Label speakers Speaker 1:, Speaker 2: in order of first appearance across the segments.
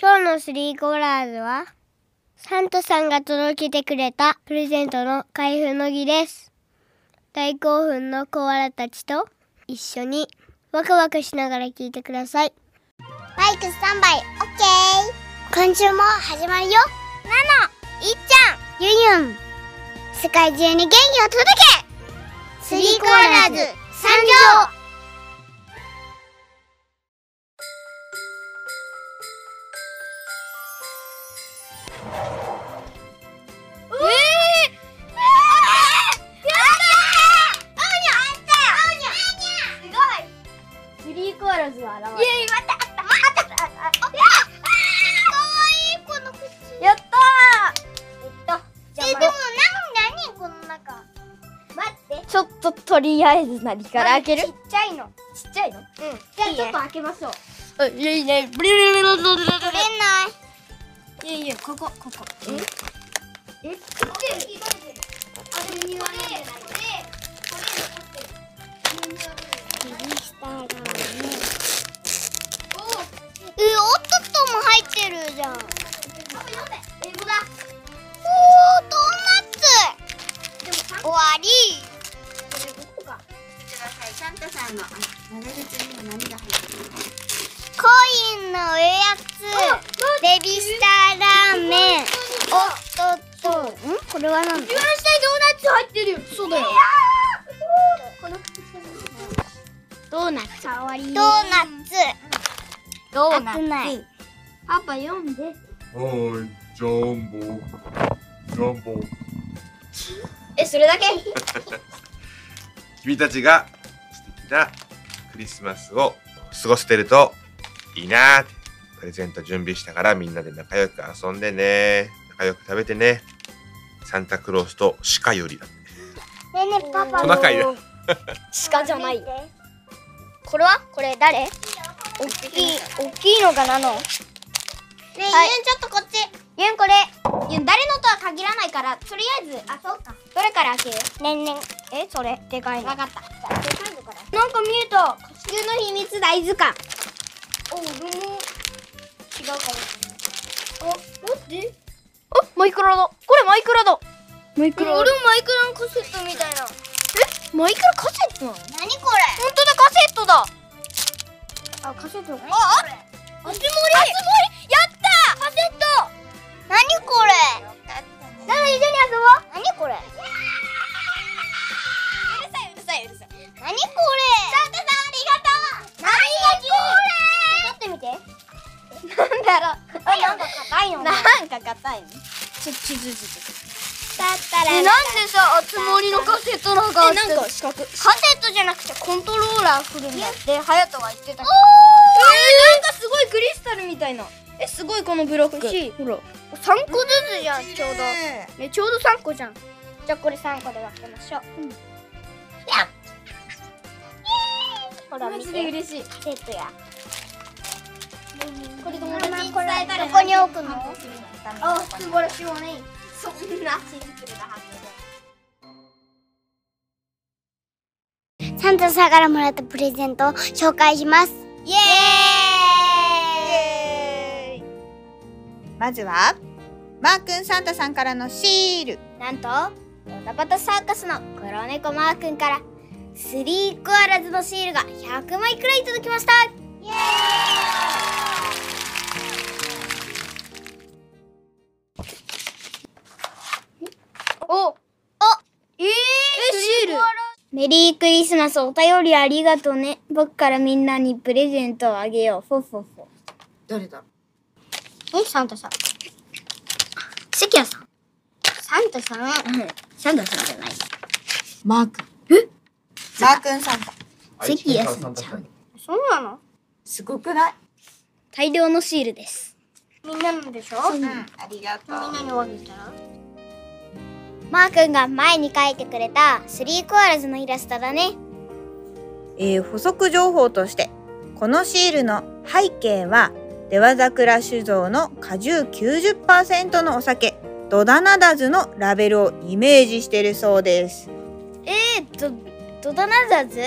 Speaker 1: 今日のスリーコーラーズは、サンタさんが届けてくれたプレゼントの開封の儀です。大興奮のコアラたちと一緒にワクワクしながら聞いてください。バイクスタンバイ、オッケー今週も始まるよナノ、いっちゃん、ユンユン世界中に元気を届けスリーコーラーズ参上
Speaker 2: スリーコーラズは現れたやったーえっとじゃあまあちょっととりあえず何から開けるちっちゃいのちっちゃいの
Speaker 1: ちょっと
Speaker 2: 開けましょうあいいねブリブリブリブリブリいやいやここここええ
Speaker 1: 終わり
Speaker 3: サンタさんのあ長靴には何が入ってる
Speaker 1: コインのおやつベビースターラーメンおっとっとんこれは何だ
Speaker 2: 一番下にドーナツ入ってるよそうだよドーナツかわい
Speaker 1: ド
Speaker 2: い
Speaker 1: ーナツ
Speaker 2: ド
Speaker 1: ーナツ熱ない
Speaker 2: パパ読んで
Speaker 4: はい、ジャンボ。ジャンボ。
Speaker 2: えそれだけ
Speaker 4: 君たちが素敵なクリスマスを過ごせてるといいなーって。プレゼント準備したからみんなで仲良く遊んでね。仲良く食べてね。サンタクロースと鹿よりだ。
Speaker 1: ねえねえパパ
Speaker 4: トナカイだ。
Speaker 2: 鹿じゃないよ
Speaker 1: これはこれ誰おっきいおっきいのかなのねえ、ユンちょっとこっちユンこれ
Speaker 2: 誰のとは限らないからとりあえずあそうかどれから開ける
Speaker 1: ねんねんえそれでかいの
Speaker 2: わかったじゃあでかいのからなんか見えた地球の秘密大図鑑お俺も違うかもあ待ってあマイクラだこれマイクラだマイクラ俺もマイクラのカセットみたいなえマイクラカセットなの本
Speaker 1: 何こ
Speaker 2: 当だカセットだ
Speaker 1: れあ、カセットあ、
Speaker 2: あつ森あつ森やったカセット
Speaker 1: 何これなの一緒に遊ぼう何これ
Speaker 2: うるさいうるさいうるさい
Speaker 1: 何これサンタさんありがとう何これ取ってみて
Speaker 2: なんだろう
Speaker 1: あ、なんか硬いの
Speaker 2: なんか硬いねちょっとちょちょちょ
Speaker 1: だった
Speaker 2: えなんでさあつ森のカセットなんか
Speaker 1: えなんか
Speaker 2: 四角カセットじゃなくてコントローラー来るんだってハヤトが言ってたけどえー、なんかすごいクリスタルみたいなえすごいこのブロックほら
Speaker 1: 三個ずつじゃんちょうど
Speaker 2: えちょうど三個じゃん
Speaker 1: じゃあこれ三個で分けましょう、やっイエーイほら見て
Speaker 2: 嬉しい
Speaker 1: セットや
Speaker 2: これ
Speaker 1: 友
Speaker 2: 友
Speaker 1: 達
Speaker 2: 達
Speaker 1: に
Speaker 2: に
Speaker 1: 伝え
Speaker 2: 伝え
Speaker 1: た
Speaker 2: た
Speaker 1: ら
Speaker 2: ら
Speaker 1: どこに置くの
Speaker 2: あ素晴らしいわねそんなシンプルな発想
Speaker 1: サンタさんからもらったプレゼントを紹介しますイエーイ
Speaker 3: まずはマー君サンタさんからのシール
Speaker 1: なんとドタバタサーカスの黒猫マー君からスリーコアラズのシールが100枚くらいいただきましたイエ
Speaker 2: おおえー、えシール
Speaker 1: ーイメリークリスマスお便りありがとうね僕からみんなにプレゼントをあげようフォッフォッフォ
Speaker 3: 誰だ
Speaker 1: えサンタさん関谷さんサンタさん、サンタさんじゃない
Speaker 3: マー君えマー君サンタ
Speaker 1: 関谷さんちゃんそうなの
Speaker 3: すごくない
Speaker 1: 大量のシールですみんなのでしょ
Speaker 3: うんありがとう
Speaker 1: 何をあげたマー君が前に描いてくれたスリーコアラズのイラストだね
Speaker 5: えー補足情報としてこのシールの背景は出羽桜酒造の果汁90%のお酒ドダナダズのラベルをイメージしているそうです
Speaker 1: えー、ど、ドダナザーズ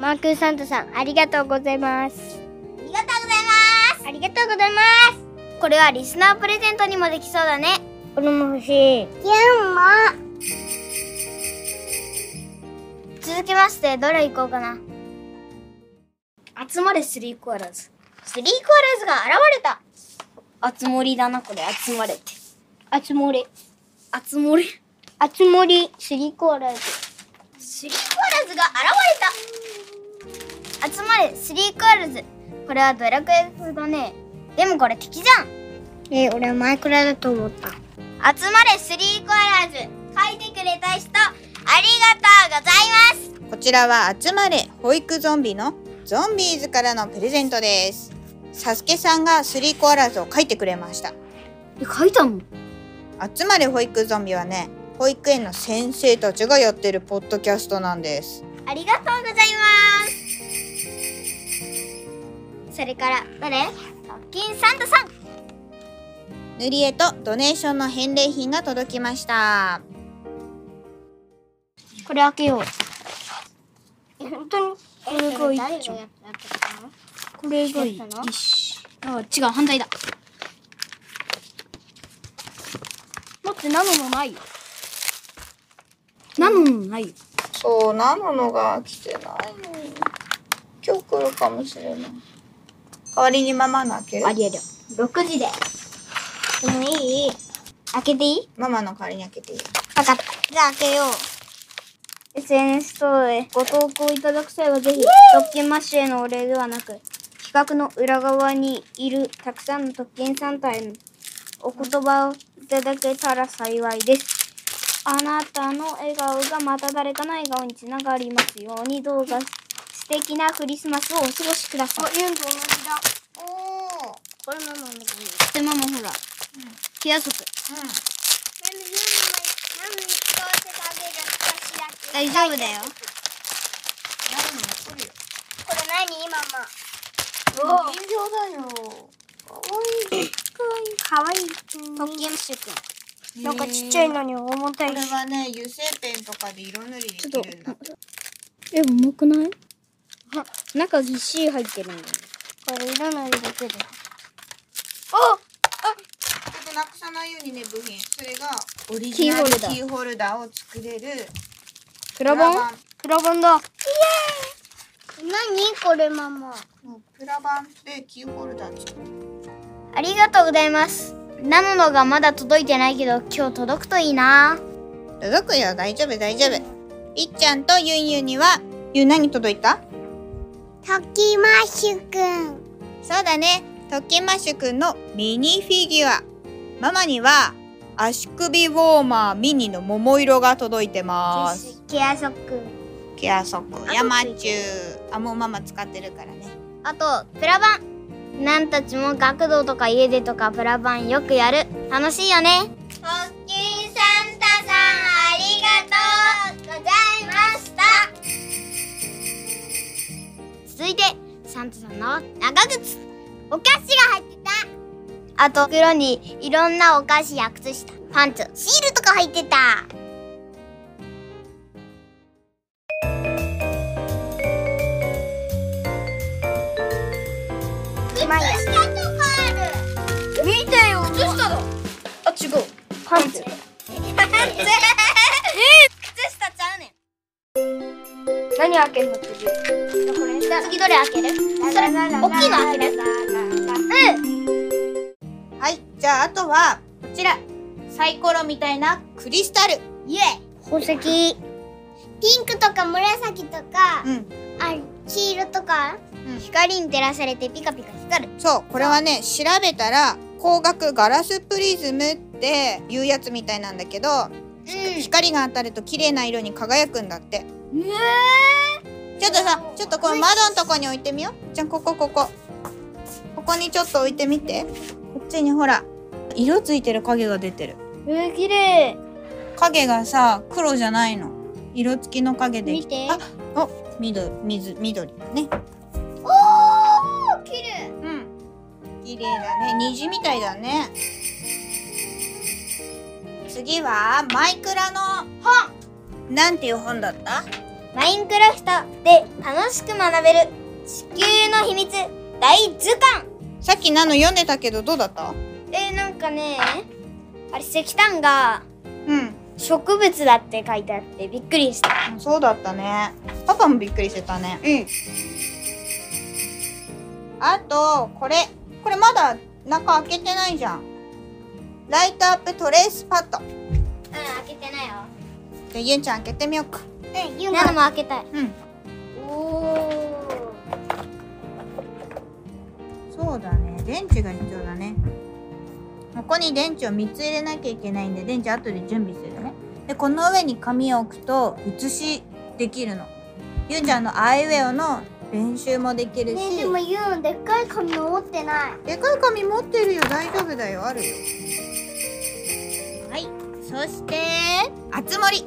Speaker 1: マー君サンタさんありがとうございますありがとうございますありがとうございますこれはリスナープレゼントにもできそうだね
Speaker 2: これも欲しい
Speaker 1: ユンも続きましてどれ行こうかな集まれスリーコアラーズスリーコアラーズが現れたあつ森だなこれ集まれて
Speaker 2: あつ森
Speaker 1: あつ森
Speaker 2: あつ森スリコーラーズ
Speaker 1: スリーコアラーズが現れた集まれスリーコアラーズこれはドラクエ風だねでもこれ敵じゃん
Speaker 2: え俺はマイクラだと思った
Speaker 1: 集まれスリーコアラーズ書いてくれた人ありがとうございます
Speaker 5: こちらは集まれ保育ゾンビのゾンビーズからのプレゼントです。サスケさんがスリーコアラーズを書いてくれました。
Speaker 1: え書いたの
Speaker 5: 集まれ保育ゾンビはね、保育園の先生たちがやってるポッドキャストなんです。
Speaker 1: ありがとうございますそれから誰特勤サンタさん
Speaker 5: 塗り絵とドネーションの返礼品が届きました。
Speaker 1: これ開けようえ本当にこれがいい
Speaker 2: 誰
Speaker 1: じゃ
Speaker 2: が
Speaker 1: ん
Speaker 2: やったの
Speaker 1: これがいい
Speaker 2: やったの
Speaker 1: よしあ違う反対だ待ってナノのないよナノのないよ
Speaker 3: そうなものが来てないのに今日来るかもしれない代わりにママの開ける
Speaker 1: ありあり
Speaker 2: 6時ででもいい開けていい
Speaker 5: ママの代わりに開けていい
Speaker 2: 分かったじゃあ開けよう
Speaker 1: SNS 等でご投稿いただく際はぜひ特権マッシュへのお礼ではなく企画の裏側にいるたくさんの特権さんたへのお言葉をいただけたら幸いですあなたの笑顔がまた誰かの笑顔につながりますようにどうか素敵なクリスマスをお過ごしください
Speaker 2: ユンと同じだ
Speaker 5: おー
Speaker 2: これママのでいい
Speaker 1: でママほら火遊ぶ
Speaker 2: ママユンもママに使わせてあげるかしらって
Speaker 1: 大丈夫だよ
Speaker 2: これ何ママ
Speaker 3: 人形だよ
Speaker 2: かわいい
Speaker 1: 特権マッシュくん
Speaker 2: なんかちっちゃいのに重た
Speaker 5: こ
Speaker 2: い
Speaker 5: れ
Speaker 2: し
Speaker 5: はね、油性ペンとかで色塗りできるんだって。
Speaker 1: え重くない中ぎっしり入ってるんだよ
Speaker 2: これ色のりだけで
Speaker 5: ちょっとなくさないようにね、部品。それがオリ
Speaker 1: キー
Speaker 5: ジナ
Speaker 1: ホ
Speaker 5: ル
Speaker 1: ル
Speaker 5: キ
Speaker 1: ダー
Speaker 5: ーホルダーを作れる
Speaker 1: プ
Speaker 5: プ
Speaker 1: ラバン
Speaker 5: ン
Speaker 2: プラバンだイエーイ何これママ
Speaker 5: うんプラバンってキーホルダー作る
Speaker 1: ありがとうございます。ナノのがまだ届いてないけど、今日届くといいな。
Speaker 5: 届くよ大丈夫大丈夫りっちゃんとゆんゆんにはゆん何届いた
Speaker 2: ときましゅくん
Speaker 5: そうだねときましゅくんのミニフィギュアママには足首ウォーマーミニの桃色が届いてます
Speaker 2: ケアソック
Speaker 5: ケアソック山中あもうママ使ってるからね
Speaker 1: あと、プラバン。なんたちも学童とか家でとかプラバンよくやる。楽しいよね。
Speaker 2: ポッキンサンタさんありがとうございました
Speaker 1: 続いて、サンタさんの長靴。お菓子が入ってた。あと、袋にいろんなお菓子や靴下、パンツ、シールとか入ってた。
Speaker 2: 靴下とかあ
Speaker 1: 見てよ。靴下だ。あ、違う。パンツ。
Speaker 2: る
Speaker 1: 靴下ちゃうねん何開けるの次次どれ開けるそれ大きいの開けるうん
Speaker 5: はいじゃああとはこちらサイコロみたいなクリスタル
Speaker 2: イエイ宝石ピンクとか紫とか
Speaker 5: うん
Speaker 2: あ黄色とか、
Speaker 5: うん
Speaker 2: 光に照らされてピカピカ光る
Speaker 5: そうこれはね調べたら光学ガラスプリズムっていうやつみたいなんだけど、光が当たると綺麗な色に輝くんだってちょっとさちょっとこの窓のとこに置いてみようじゃあここここここにちょっと置いてみてこっちにほら色ついてる影が出てる
Speaker 1: え綺麗
Speaker 5: 影がさ黒じゃないの色付きの影で
Speaker 2: 見て
Speaker 5: あお緑水緑だね
Speaker 2: おお綺麗
Speaker 5: うん綺麗だね虹みたいだね次はマイクラの本なんていう本だった
Speaker 1: マインクラフトで楽しく学べる地球の秘密大図鑑
Speaker 5: さっきなの読んでたけどどうだった
Speaker 1: えー、なんかねあれ石炭が
Speaker 5: うん
Speaker 1: 植物だって書いてあってびっくりした
Speaker 5: そうだったねパパもびっくりしてたね
Speaker 1: うん
Speaker 5: あとこれこれまだ中開けてないじゃんライトアップトレースパッド
Speaker 1: うん開けてないよ
Speaker 5: じゃあゆんちゃん開けてみようか
Speaker 1: うんユンナも開けたい
Speaker 5: うん
Speaker 1: おお
Speaker 5: そうだね電池が必要だねここに電池を3つ入れなきゃいけないんで電池後で準備するねでこの上に紙を置くと写しできるのゆうちゃんのアイウェオの練習もできるし、
Speaker 1: ユンでっかい紙を持ってない
Speaker 5: でかい紙持ってるよ大丈夫だよあるよはいそしてあつ森イエーイ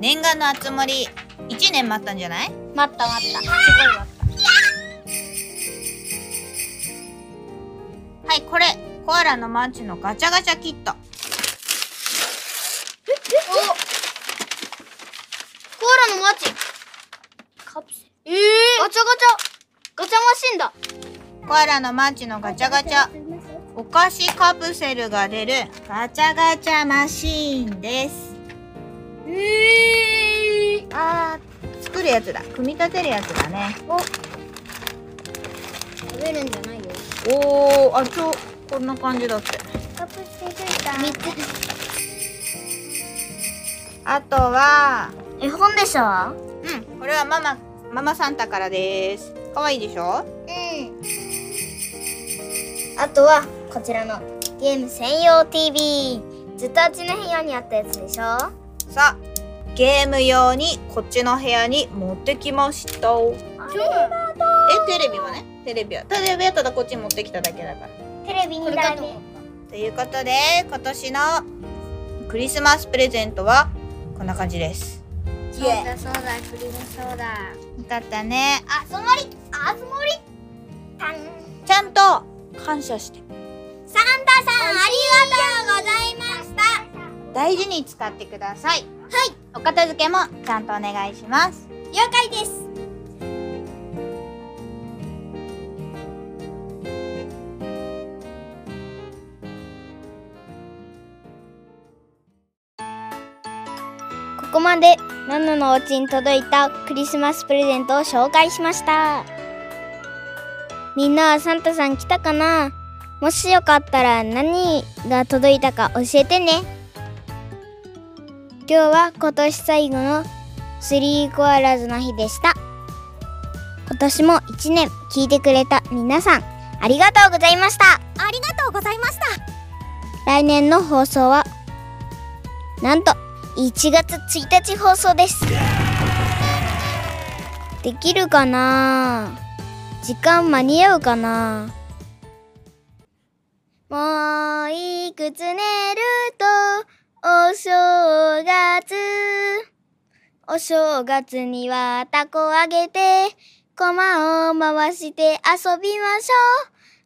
Speaker 5: 念願のあつ森1年待ったんじゃない
Speaker 1: 待った待ったすごい待っ
Speaker 5: はいこれコアラのマンチのガチャガチャキット
Speaker 1: たコーラのマチカプセルえー、ガチャガチャガチャマシンだ
Speaker 5: コアラのマンチのガチャガチャお菓子カプセルが出るガチャガチャマシーンです
Speaker 1: えー、あ
Speaker 5: 作るやつだ組み立てるやつだね
Speaker 1: ー食べるんじゃないよ
Speaker 5: おーあちょこんな感じだって
Speaker 1: カプセルだ3つ
Speaker 5: あとは
Speaker 1: 絵本でしょ
Speaker 5: うん、これはママ、ママサンタからです。可愛いでしょ
Speaker 1: うんあとはこちらのゲーム専用 TV ずっとあっちの部屋にあったやつでしょ
Speaker 5: さあ、ゲーム用にこっちの部屋に持ってきました。え、テレビはね、テレビは、テレビはただこっちに持ってきただけだから。
Speaker 1: テレビにだね
Speaker 5: ということで、今年のクリスマスプレゼントはこんな感じです。
Speaker 1: そうだそうだクリームソーダ
Speaker 5: よかったね。
Speaker 1: あつ森あつ森たん
Speaker 5: ちゃんと感謝して、
Speaker 1: サンタさんありがとうございました
Speaker 5: 大事に使ってください。はい。お片付けもちゃんとお願いします。
Speaker 1: 了解ですここまでナナのお家に届いたクリスマスプレゼントを紹介しましたみんなはサンタさん来たかなもしよかったら何が届いたか教えてね今日は今年最後のスリーコアラズの日でした今年も1年聞いてくれた皆さんありがとうございましたありがとうございました来年の放送はなんと1月1日放送ですできるかな時間間に合うかなもういくつ寝るとお正月お正月にはタコあげて、コマを回して遊びましょう。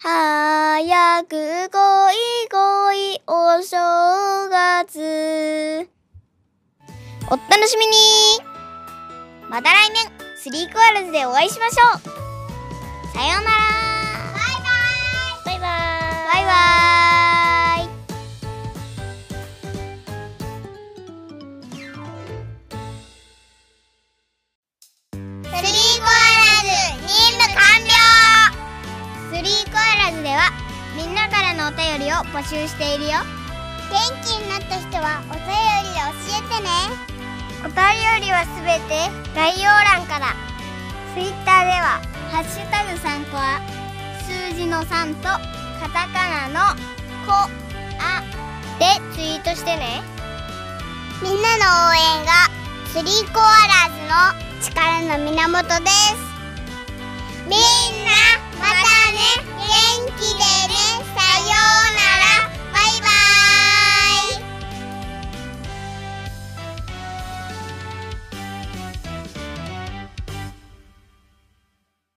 Speaker 1: 早く来い来いお正月。お楽しみにまた来年、スリークアルズでお会いしましょうさようならバイバイバイバイバイスリーコアラズ任務完了スリーコアラズではみんなからのお便りを募集しているよ元気になった人はお便りで教えてねお便りはすべて概要欄からツイッターでは「ハッシュタグ3コア」数字の3とカタカナの「コア」でツイートしてねみんなの応援がスリーコアラーズの力の源ですみんなまたね元気でね